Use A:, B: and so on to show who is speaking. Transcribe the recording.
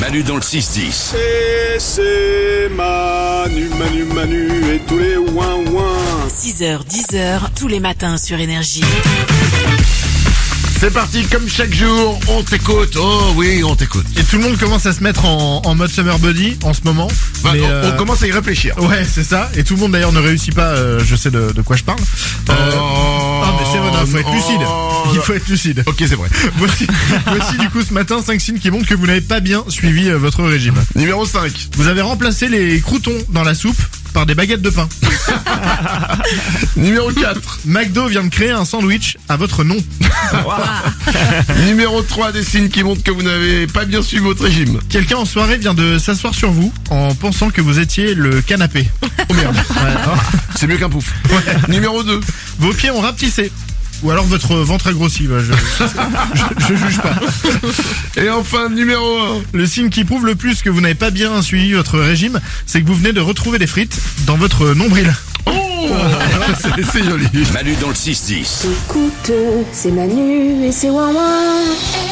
A: Manu dans le 6-10.
B: Et c'est Manu, Manu, Manu et tous les ouin ouin.
C: 6h, 10h, tous les matins sur Énergie.
D: C'est parti, comme chaque jour, on t'écoute. Oh oui, on t'écoute.
E: Et tout le monde commence à se mettre en, en mode summer buddy en ce moment.
D: Bah,
E: Mais,
D: on,
E: euh,
D: on commence à y réfléchir.
E: Ouais, c'est ça. Et tout le monde d'ailleurs ne réussit pas. euh, je sais de, de quoi je parle. Euh,
D: Oh,
E: ah, mais c'est vrai, non, faut être
D: non.
E: lucide. Il faut être lucide.
D: Oh Ok, c'est vrai.
E: voici, voici du coup ce matin 5 signes qui montrent que vous n'avez pas bien suivi euh, votre régime.
D: Numéro 5.
E: Vous avez remplacé les croutons dans la soupe par des baguettes de pain.
D: Numéro 4.
E: McDo vient de créer un sandwich à votre nom.
D: Numéro 3 des signes qui montrent que vous n'avez pas bien suivi votre régime.
E: Quelqu'un en soirée vient de s'asseoir sur vous en pensant que vous étiez le canapé. Oh merde. Ouais, oh.
D: C'est mieux qu'un pouf. Numéro 2.
E: Vos pieds ont rapetissé. Ou alors votre ventre a grossi, bah, je, je, je juge pas.
D: Et enfin, numéro 1.
E: Le signe qui prouve le plus que vous n'avez pas bien suivi votre régime, c'est que vous venez de retrouver des frites dans votre nombril.
D: Oh C'est- C'est joli.
A: Manu dans le 6-10.
F: Écoute, c'est Manu et c'est Wawa.